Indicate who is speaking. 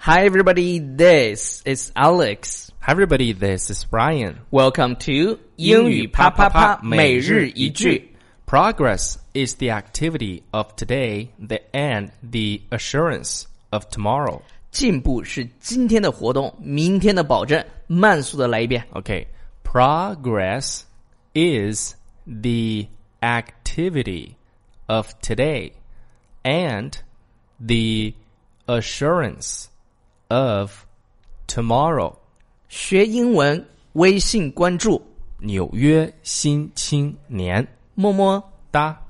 Speaker 1: Hi everybody, this is Alex.
Speaker 2: Hi everybody, this is Brian.
Speaker 1: Welcome to 英语啪啪啪每日一句。
Speaker 2: Progress is the activity of today the, and the assurance of tomorrow.
Speaker 1: 进步是今天的活动，明天的保证。慢速的来一遍。
Speaker 2: Okay, progress is the activity of today and the assurance of tomorrow.
Speaker 1: 学英文，微信关注
Speaker 2: 纽约新青年，
Speaker 1: 么么。
Speaker 2: 哒。